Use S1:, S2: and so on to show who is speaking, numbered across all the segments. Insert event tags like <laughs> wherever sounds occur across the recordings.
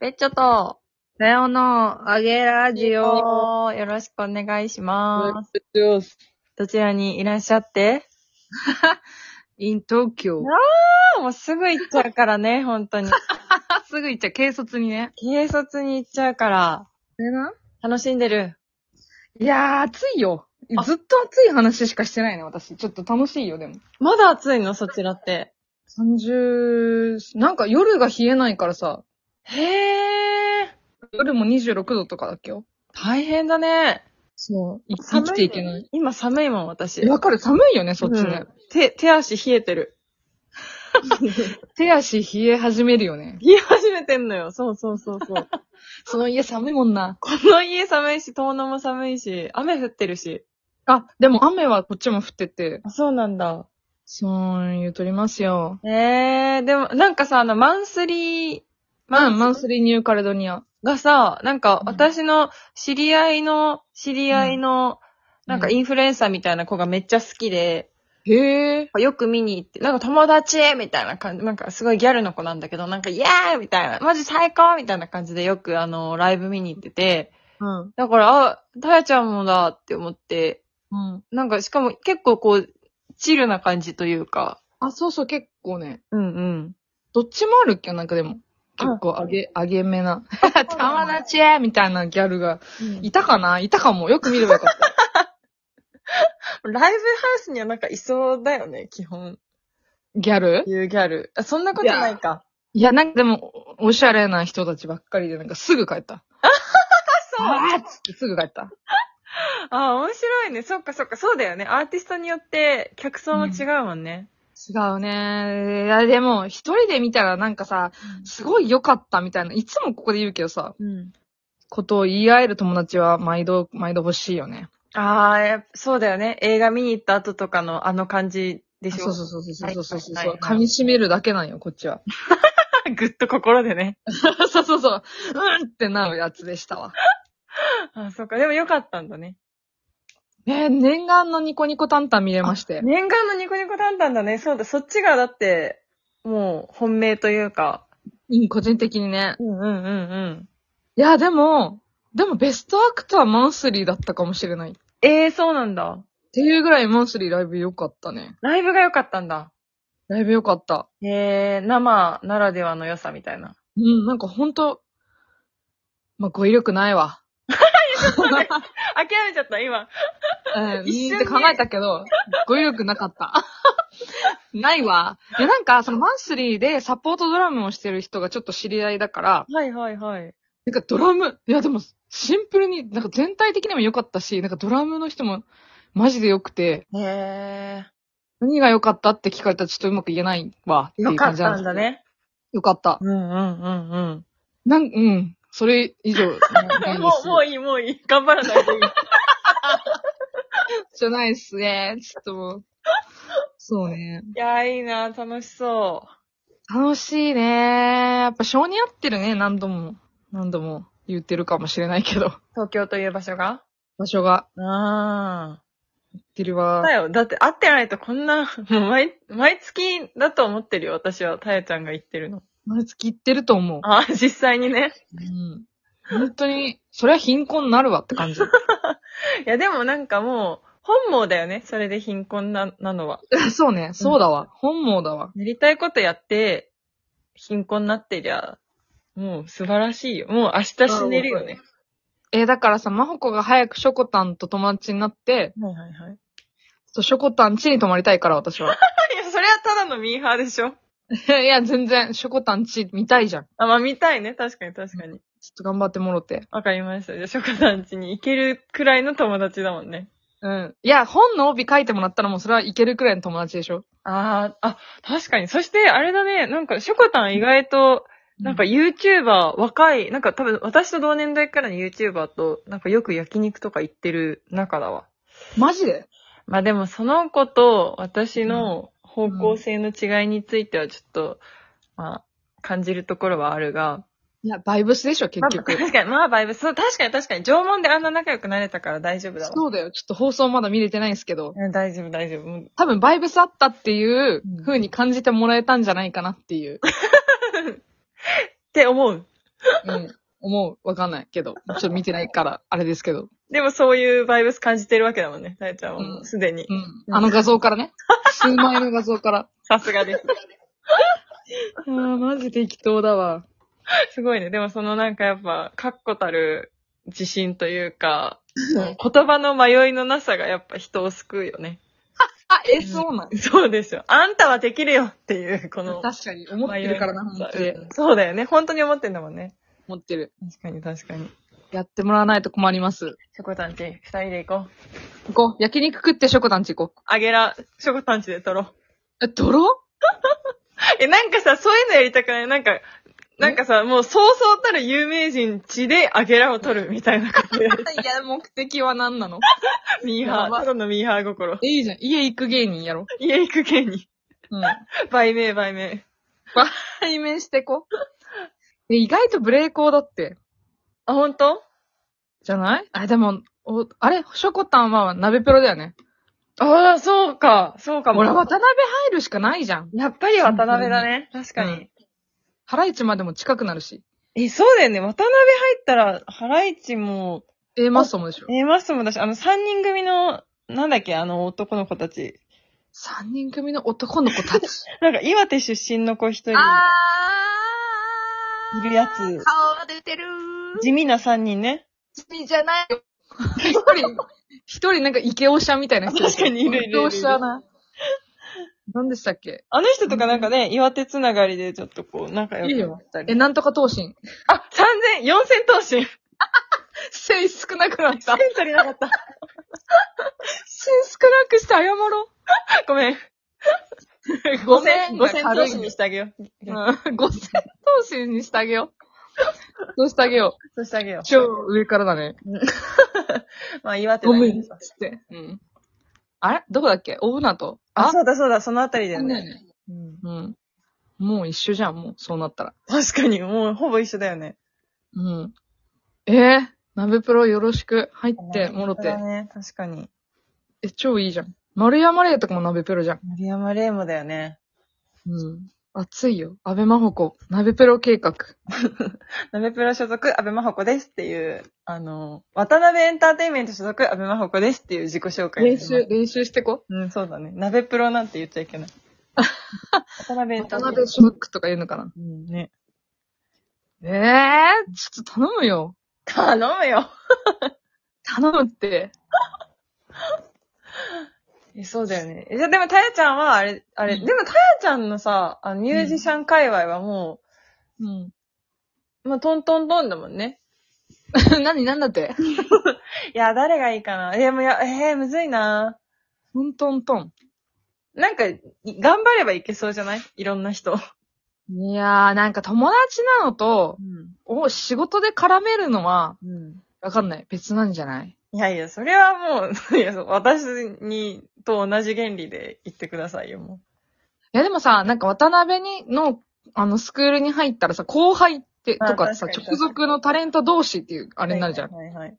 S1: ペッチョと、
S2: さよの、あげラジオ。
S1: よろしくお願いします。
S2: よし。
S1: どちらにいらっしゃって
S2: in Tokyo。
S1: あもうすぐ行っちゃうから <laughs> ね、本当に。
S2: すぐ行っちゃう、軽率にね。
S1: 軽率に行っちゃうから、
S2: でな。
S1: 楽しんでる。
S2: いやー、暑いよ。
S1: あ
S2: ずっと暑い話しかしてないね、私。ちょっと楽しいよ、でも。
S1: まだ暑いのそちらって。
S2: 30、なんか夜が冷えないからさ、
S1: へー。
S2: 夜も26度とかだっけよ。
S1: 大変だね。
S2: そう。い生
S1: 寒い
S2: きていけない。
S1: 今寒いもん、私。
S2: わかる、寒いよね、そっちね。
S1: うん手、手足冷えてる。
S2: 手足冷え始めるよね。
S1: 冷え始めてんのよ。そうそうそう <laughs> そう。
S2: その家寒いもんな。
S1: この家寒いし、遠野も寒いし、雨降ってるし。
S2: あ、でも雨はこっちも降ってて、
S1: あ、そうなんだ。
S2: そう、言うとりますよ。
S1: ええでも、なんかさ、あの、マンスリー
S2: まあ、マンスリーニューカレドニア。
S1: がさ、なんか
S2: う、ん
S1: 私の知り合いの、知り合いの、なんかインフルエンサーみたいな子がめっちゃ好きで、
S2: へえ。
S1: よく見に行って、なんか友達みたいな感じ、なんかすごいギャルの子なんだけど、なんかイエーイみたいな、マジ最高みたいな感じでよくあの、ライブ見に行ってて、
S2: うん。
S1: だから、あ、たやちゃんもだって思って、
S2: うん。
S1: なんかしかも結構こう、チルな感じというか、
S2: あ、そうそう、結構ね。
S1: うんうん。
S2: どっちもあるっけなんかでも。結構、あげ、あげめな。
S1: そうな
S2: <laughs> 友
S1: の
S2: 達みたいなギャルが。いたかないたかも。よく見ればよか <laughs> った。
S1: ライブハウスにはなんかいそうだよね、基本。
S2: ギャル
S1: いうギャル。あ、そんなことないか。
S2: いや、なんかでも、おおしゃれな人たちばっかりで、なんかすぐ帰った。あーっつってすぐ帰った。
S1: あ、面白いね。そっかそっか。そうだよね。アーティストによって客層も違うもんね。
S2: 違うね。いや、でも、一人で見たらなんかさ、すごい良かったみたいな、いつもここで言うけどさ、
S1: うん。
S2: ことを言い合える友達は毎度、毎度欲しいよね。
S1: ああ、やっぱそうだよね。映画見に行った後とかのあの感じでしょ。
S2: そうそうそうそうそうそうそう、
S1: はいはいはい
S2: 噛み締めるだけなんよ、こっちは。
S1: う。 <laughs> ぐっと心でね。
S2: <laughs> そうそうそう。 <laughs> うんってなるやつでしたわ。
S1: あ、そっか。でもよかったんだね。
S2: ねえ念願のニコニコタンタン見れまして。
S1: 念願のニコニコタンタンだね。そうだ。そっちがだって、もう本命というか。
S2: うん、個人的にね。
S1: うんうんうんうん。
S2: いや、でも、でもベストアクターマンスリーだったかもしれない。っ
S1: ええそうなんだ。
S2: ていうぐらいマンスリーライブ良かったね。
S1: ライブが良かったんだ。
S2: ライブ良かった。
S1: ええ生ならではの良さみたいな。
S2: うん、なんかほんと、まあ、語彙力ないわ。
S1: <laughs> 諦めちゃった、今。
S2: うん、
S1: <laughs> 一瞬ね
S2: って考えたけど、語彙力なかった。 <laughs> ないわ。いや、なんか、そのマンスリーでサポートドラムをしてる人がちょっと知り合いだから、
S1: はいはいはい。
S2: なんかドラム、いやでも、シンプルに、なんか全体的にも良かったし、なんかドラムの人も、マジで良くて、
S1: へ
S2: 何が良かったって聞かれたらちょっとうまく言えないわ、って
S1: え。
S2: い
S1: よ
S2: う
S1: か
S2: 感
S1: っ
S2: じな
S1: た
S2: ん
S1: んだ
S2: です
S1: ね。
S2: けど。良かった。
S1: うんうんうんうん。。
S2: なん、うん。それ以上
S1: <laughs> もう、も
S2: う、
S1: ういいもういい。頑張らないでいい。
S2: じゃないっすね。ちょっともう。そうね。
S1: <laughs> いやー、いいな楽しそ
S2: 楽しいね。やっぱ性に合ってるね、何度も。何度も言ってるかもしれないけど。
S1: う。東京という場所が
S2: 場所が
S1: あ
S2: 合ってる
S1: あ。
S2: わ
S1: だ。よ。だって会ってないとこんな、 <laughs> もう毎、毎月だと思ってるよ。私は、たやちゃんが言ってるの。
S2: 毎月行ってると思う。
S1: ああ、実際にね。
S2: うん。本当に、それは貧困になるわって感じ。
S1: いや、でもなんかもう、本望だよね。それで貧困な、なのは。
S2: そうね。そうだわ。本望だわ。
S1: やりたいことやって、貧困になってりゃ、もう素晴らしいよ。もう明日死ねるよね。
S2: えーだからさ、まほこが早くしょこたんと友達になって、
S1: はいはいはい。
S2: としょこたん家に泊まりたいから、私は。
S1: いや、それはただのミーハーでしょ。
S2: いや、全然、しょこたん家見たいじゃん。ちょ
S1: あ、まあ見たいね。確かに確かに。
S2: っと頑張ってもろて。
S1: わかりました。じゃあ、ショコさん家に行けるくらいの友達だもんね。
S2: うん。いや、本の帯書いてもらったらもうそれはいけるくらいの友達でしょ。
S1: ああ、あ、確かに。そして、あれだね。なんか、ショコタン意外と、なんか YouTuber、若い、なんか多分私と同年代からの YouTuber と、なんかよく焼肉とか行ってる仲だわ。
S2: マジで
S1: まあでもその子と私の方向性の違いについてはちょっと、まあ、感じるところはあるが。
S2: いや、バイブスでしょ、結
S1: まあ
S2: 局。
S1: 確かに、まあバイブ、そう、確かに確かに、縄文であんな仲良くなれたから大丈夫だわ。
S2: そうだよ。ちょっと放送まだ見れてないんですけど、
S1: うん大丈夫、大丈夫。もう
S2: 多分バイブスあったっていう
S1: うん
S2: 風に感じてもらえたんじゃないかなっていう。
S1: って思う。
S2: うん。思う。わかんないけど。ちょっと見てないから、あれですけど。
S1: でもそういうバイブス感じてるわけだもんね。なえちゃんはもうすでに。
S2: うん。あの画像からね。数万円の画像から。
S1: さすがです。
S2: ああ、マジ適当だわ。
S1: <laughs> すごいね。でもそのなんかやっぱ、確固たる自信というか、言葉の迷いのなさがやっぱ人を救うよね。
S2: あ、え、そうなん
S1: そうですよ。あんたはできるよっていう、この。
S2: 確かに、思ってるからな、
S1: 迷いの
S2: 本
S1: な
S2: 当
S1: さ
S2: に。
S1: そうだよね。本当に思ってんだもんね。
S2: 思ってる。
S1: 確かに確かに。
S2: やってもらわないと困ります。
S1: しょこたんち、二人で行こう。
S2: 行こう。焼肉食ってショコタンチ行こう。
S1: あげら、しょこたんちで撮ろう。 <laughs>
S2: え、泥
S1: え、なんかさ、そういうのやりたくないなんか、なんかさ、もうそうそうたる有名人地でアゲラを取るみたいな感 <laughs> じで。
S2: いや、目的は何なの
S1: ミーハ
S2: や
S1: ー、
S2: ば
S1: ただのミーハー心。
S2: え、いいじゃん。家行く芸人やろ。
S1: 家行く芸人。
S2: うん。
S1: 売名売名。
S2: 対面してこ。え、意外とブレイコーだって。
S1: あ、ほんと
S2: じゃないあ、でも、お、あれショコタンは鍋プロだよね。
S1: ああ、そうか。そうかも。
S2: 俺、渡辺入るしかないじゃん。
S1: やっぱり渡辺だね。確かに。
S2: ハライチまでも近くなるし。
S1: え、そうだよね。渡辺入ったら、ハライチも、
S2: A マッソもでしょ。
S1: A マッソもだし、あの、三人組の、なんだっけ、あの、男の子たち。
S2: 三人組の男の子たち。
S1: なんか、岩手出身の子一人、
S2: <laughs> あ
S1: いるやつ
S2: 顔が出てる
S1: 地味な三人ね。
S2: 味じゃないよ。一人、一人なんかイケオシャみたいな人。
S1: 確かにいるいるいる
S2: イケオシャな。何でしたっけ
S1: あの人とかなんかね、岩手つながりでちょっとこう、仲良くなったり。
S2: え、なんとか闘神。
S1: あ、3000、4000投資 !1000
S2: 性少なくなった。性
S1: 足りなかった。
S2: 少なくして謝ろ
S1: <laughs> ごめん。 <laughs>
S2: う。
S1: 5000、
S2: 五千
S1: 5000投資にしてあげよう。
S2: うん、五千投資にしてあげよう。どうしてあげよう。
S1: そうしてあげよ
S2: 超上からだね。
S1: う。まあ、岩手
S2: ご
S1: だ
S2: め
S1: け
S2: ん。
S1: ど
S2: つ
S1: さ
S2: って。うん。あれどこだっけ大船渡。
S1: あ、そうだそうだ、そのあたりだ
S2: だ
S1: よ
S2: よ
S1: ね。
S2: ね。
S1: うん
S2: うん。もう一緒じゃん、もう。そうなったら。
S1: 確かに、もうほぼ一緒だよね。
S2: うん。えー、鍋プロよろしく。入って、もろ
S1: そう
S2: て
S1: だ。ね、確かに。
S2: え、超いいじゃん。丸山礼とかも鍋プロじゃん。
S1: 森山レイもだよね。
S2: うん。熱いよ。安倍真帆子。鍋プロ計画。
S1: ナベプロ所属、安倍真帆子ですっていう、あの、渡辺エンターテインメント所属、安倍真帆子ですっていう自己紹介
S2: 練
S1: です
S2: 習、練習してこ。
S1: うん、そうだね。鍋プロなんて言っちゃいけ <laughs> ない。渡辺エンタ
S2: 渡
S1: ーテインメン
S2: 辺
S1: ト。
S2: ショックとか言うのかな。
S1: うん、ね。
S2: ええー、ちょっと頼むよ。
S1: 頼むよ。
S2: 頼むって。
S1: え、そうだよね。え、じゃあ、でも、たやちゃんは、あれ、あれ、
S2: うん
S1: でも、たやちゃんのさ、あのミュージシャン界隈はも
S2: うん。
S1: う、まあ、トントントンだもんね。
S2: 何、なんだって。
S1: いや、誰がいいかな。え、もうや、えーむずいな。
S2: トントントン。
S1: なんか、い頑張ればいけそうじゃないいろんな人。
S2: いやー、なんか友達なのと
S1: う、ん。
S2: お、仕事で絡めるのは、
S1: うん。
S2: わかんない。別なんじゃない
S1: いやいや、それはもう、い <laughs> や、そう私に、と同じ原理で言ってくださいよ、も
S2: いやでもさ、なんか渡辺に、の、あの、スクールに入ったらさ、後輩って、
S1: あ
S2: とかさ、
S1: 確かに
S2: 直属のタレント同士っていう、あ
S1: う。
S2: れになるじゃん。
S1: はいはい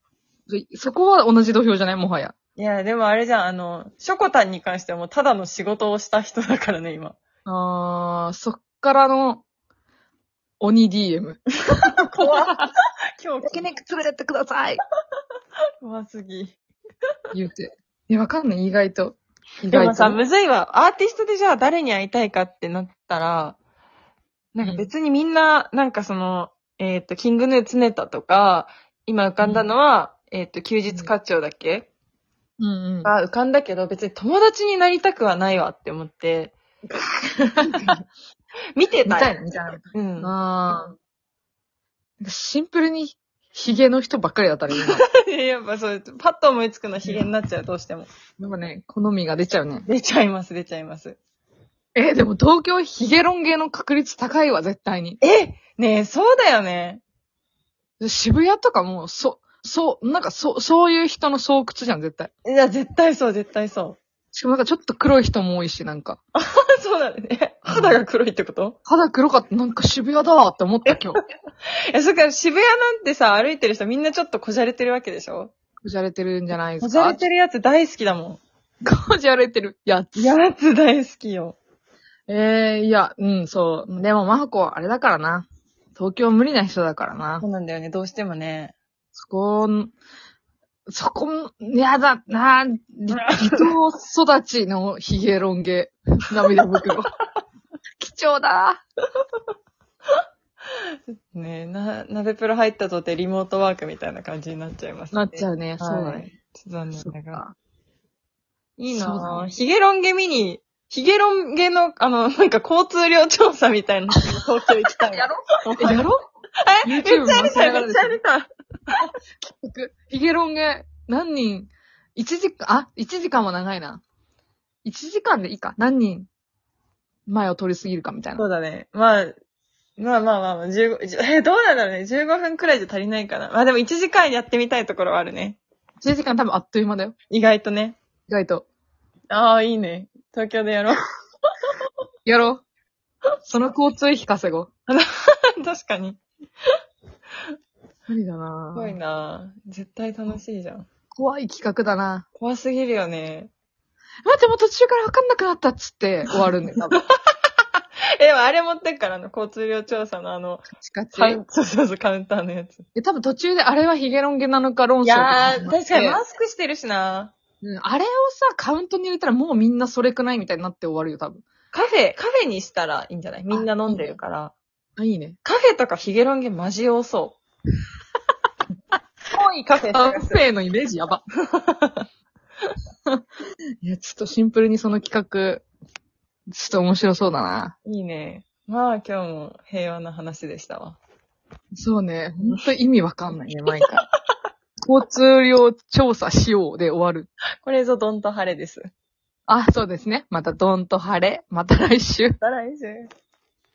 S1: はい。
S2: そこは同じ土俵じゃないもはや。
S1: いや、でもあれじゃん、あの、ショコタンに関してはもうただの仕事をした人だからね、
S2: <laughs>
S1: 今。
S2: あー、そっからの、鬼 DM。
S1: 怖っ。 <laughs> 今
S2: 焼
S1: 日、
S2: 肉連れてってください
S1: 怖すぎ。
S2: 言うて。いや、わかんない、意外と。意
S1: でも
S2: 外
S1: さ、
S2: と。
S1: むずいわ。アーティストでじゃあ誰に会いたいかってなったら、なんか別にみんな、なんかその、えっ、と、キングヌー常田とか、今浮かんだのは、えっ、と、休日課長だっけ、
S2: うんうん。
S1: が浮かんだけど、別に友達になりたくはないわって思 <laughs> って。見て
S2: み
S1: たい。
S2: たいな、みたいな。
S1: うん。
S2: あー。なんかシンプルに、ヒゲの人ばっかりだったら今。
S1: <laughs> やっぱそう、パッと思いつくのはヒゲになっちゃう、どうしても。
S2: なんかね、好みが出ちゃうね。
S1: 出ちゃいます、出ちゃいます。
S2: え、でも東京ヒゲロンゲの確率高いわ、絶対に。
S1: えねえ、そうだよね。
S2: 渋谷とかもう、そ、そう、なんかそ、そういう人の巣窟じゃん、絶対。
S1: いや、絶対そう、絶対そう。 <laughs>
S2: しかもなんかちょっと黒い人も多いし、なんか。
S1: そうなんだね。肌が黒いってこと
S2: 肌黒かった、なんか渋谷だわって思った今日。
S1: え、そっか、渋谷なんてさ、歩いてる人みんなちょっとこじゃれてるわけでしょ
S2: こじゃれてるんじゃないで
S1: こ
S2: す
S1: じゃ
S2: か。
S1: れてるやつ大好きだも
S2: こじゃれてる。や
S1: ん。
S2: つ。
S1: やつ大好きよ。
S2: えー、いや、うん、そう。でも、マハコはあれだからな。東京無理な人だからな
S1: そ。うなんだよね、どうしてもね。
S2: そこ、そこ、やだ、なぁ、離島育ちのヒゲロン <laughs> 毛、涙袋。貴重だ
S1: ねな、鍋プロ入ったとてリモートワークみたいな感じになっちゃいます、
S2: なっちゃ
S1: う。
S2: うね、そうだね。
S1: 残念
S2: そ
S1: な
S2: っ
S1: がら。
S2: か。
S1: いい
S2: そうだ
S1: なぁ。ヒゲロン毛見に、ヒゲロン毛の、あの、なんか交通量調査みた
S2: <laughs>
S1: いなの東京行きたい。
S2: やろ
S1: お
S2: え
S1: 前
S2: やろ
S1: えめっちゃやりたい、めっちゃやりたい。
S2: 僕ヒゲロン毛、何人、一時間、あ、一時間は長いな。一時間でいいか。何人、前を通り過ぎるかみたいな。
S1: そうだね。まあ、まあまあまあまあ、15、じゅえ、どうなんだろうね。15分くらいじゃ足りないかな。まあでも1時間やってみたいところはあるね。
S2: 一時間多分あっという間だよ。
S1: 意外とね。
S2: 意外と。
S1: ああ、いいね。東京でやろう。 <laughs>
S2: やろう。その交通費稼ごう。
S1: 確かに。
S2: 無理だな
S1: す
S2: ぁ
S1: ごいなぁ絶対楽しいじゃん。
S2: 怖い企画だな
S1: 怖すぎるよね。
S2: 待って、もう途中から分かんなくなったっつって終わるんだよ、多 <laughs> 分。
S1: <laughs> え、でもあれ持ってっから、あの、交通量調査のあの、
S2: カチカチ。
S1: カウン <laughs> そうそうそう、カウンターのやつ。
S2: で、多分途中であれはヒゲロン毛なのか論争とかになって
S1: スクしてるしな
S2: うんあれをさ、カウントに入れたらもうみんなそれくないみたいになって終わるよ、多分。
S1: カフェ、カフェにしたらいいんじゃないみんな飲んでるから。
S2: あ、いいね。
S1: カフェとかヒゲロン毛マジ多そう。 <laughs> 多いカフェ
S2: カフェのイメージやば。 <laughs> いや、ちょっとシンプルにその企画、ちょっと面白そうだな。
S1: いいね。まあ今日も平和な話でしたわ。
S2: そうね。ほんと意味わかんない <laughs> ね、毎回。交通量調査しようで終わる。
S1: これぞドンと晴れです。
S2: あ、そうですね。またどんと晴れ。また来週。
S1: また来週。